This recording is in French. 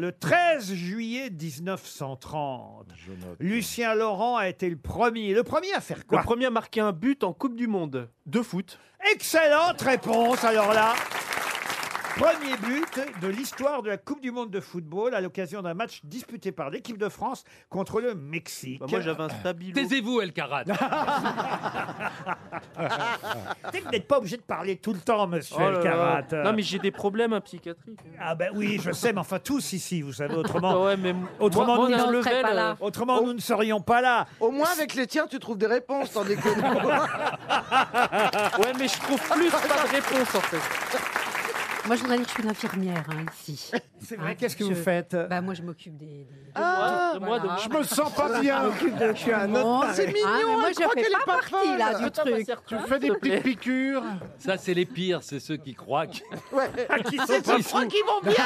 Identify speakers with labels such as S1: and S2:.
S1: Le 13 juillet 1930, Lucien Laurent a été le premier. Le premier à faire quoi
S2: Le premier a marqué un but en Coupe du Monde de foot. Bah,
S1: Excellente réponse, alors là. Premier but de l'histoire de la Coupe du Monde de football à l'occasion d'un match disputé par l'équipe de France contre le Mexique.
S2: Bah, moi, j'avais un stabilo.
S3: Taisez-vous, El Karat.
S1: Peut-être que Vous n'êtes pas obligé de parler tout le temps, monsieur
S2: Oh là là.
S1: Elkarat.
S2: Non, mais j'ai des problèmes hein, psychiatriques.
S1: Ah ben oui, je sais, mais enfin tous ici, vous savez,
S2: Ah
S1: autrement,
S2: ouais, mais m-
S1: Autrement
S2: moi, moi,
S1: dit,
S2: on
S1: on
S2: le
S4: serait
S2: level,
S4: pas
S2: euh,
S4: là.
S1: autrement nous ne serions pas là.
S5: Au moins avec les tiens, tu trouves des réponses, tandis que nous-
S2: euh, Ouais, mais je trouve plus pas de réponse en fait.
S4: Moi, je voudrais dire que je suis une infirmière hein, ici.
S1: C'est
S4: vrai,
S1: qu'est-ce
S4: que vous
S1: faites
S4: Bah, moi, je m'occupe des. des...
S2: Ah, moi, de-
S6: Je me sens pas bien.
S4: Ah, Je suis
S1: Ah,
S4: un autre.
S5: C'est mignon,
S4: Oh, ah, moi,
S5: elle
S4: je
S5: croit
S4: fais
S5: qu'elle
S4: pas
S5: est pas
S4: partie
S5: folle.
S4: là du truc.
S6: Tu fais des petites piqûres.
S3: Ça, c'est les pires, c'est ceux qui croient. que-
S1: Qui sont pas fous.
S5: vont bien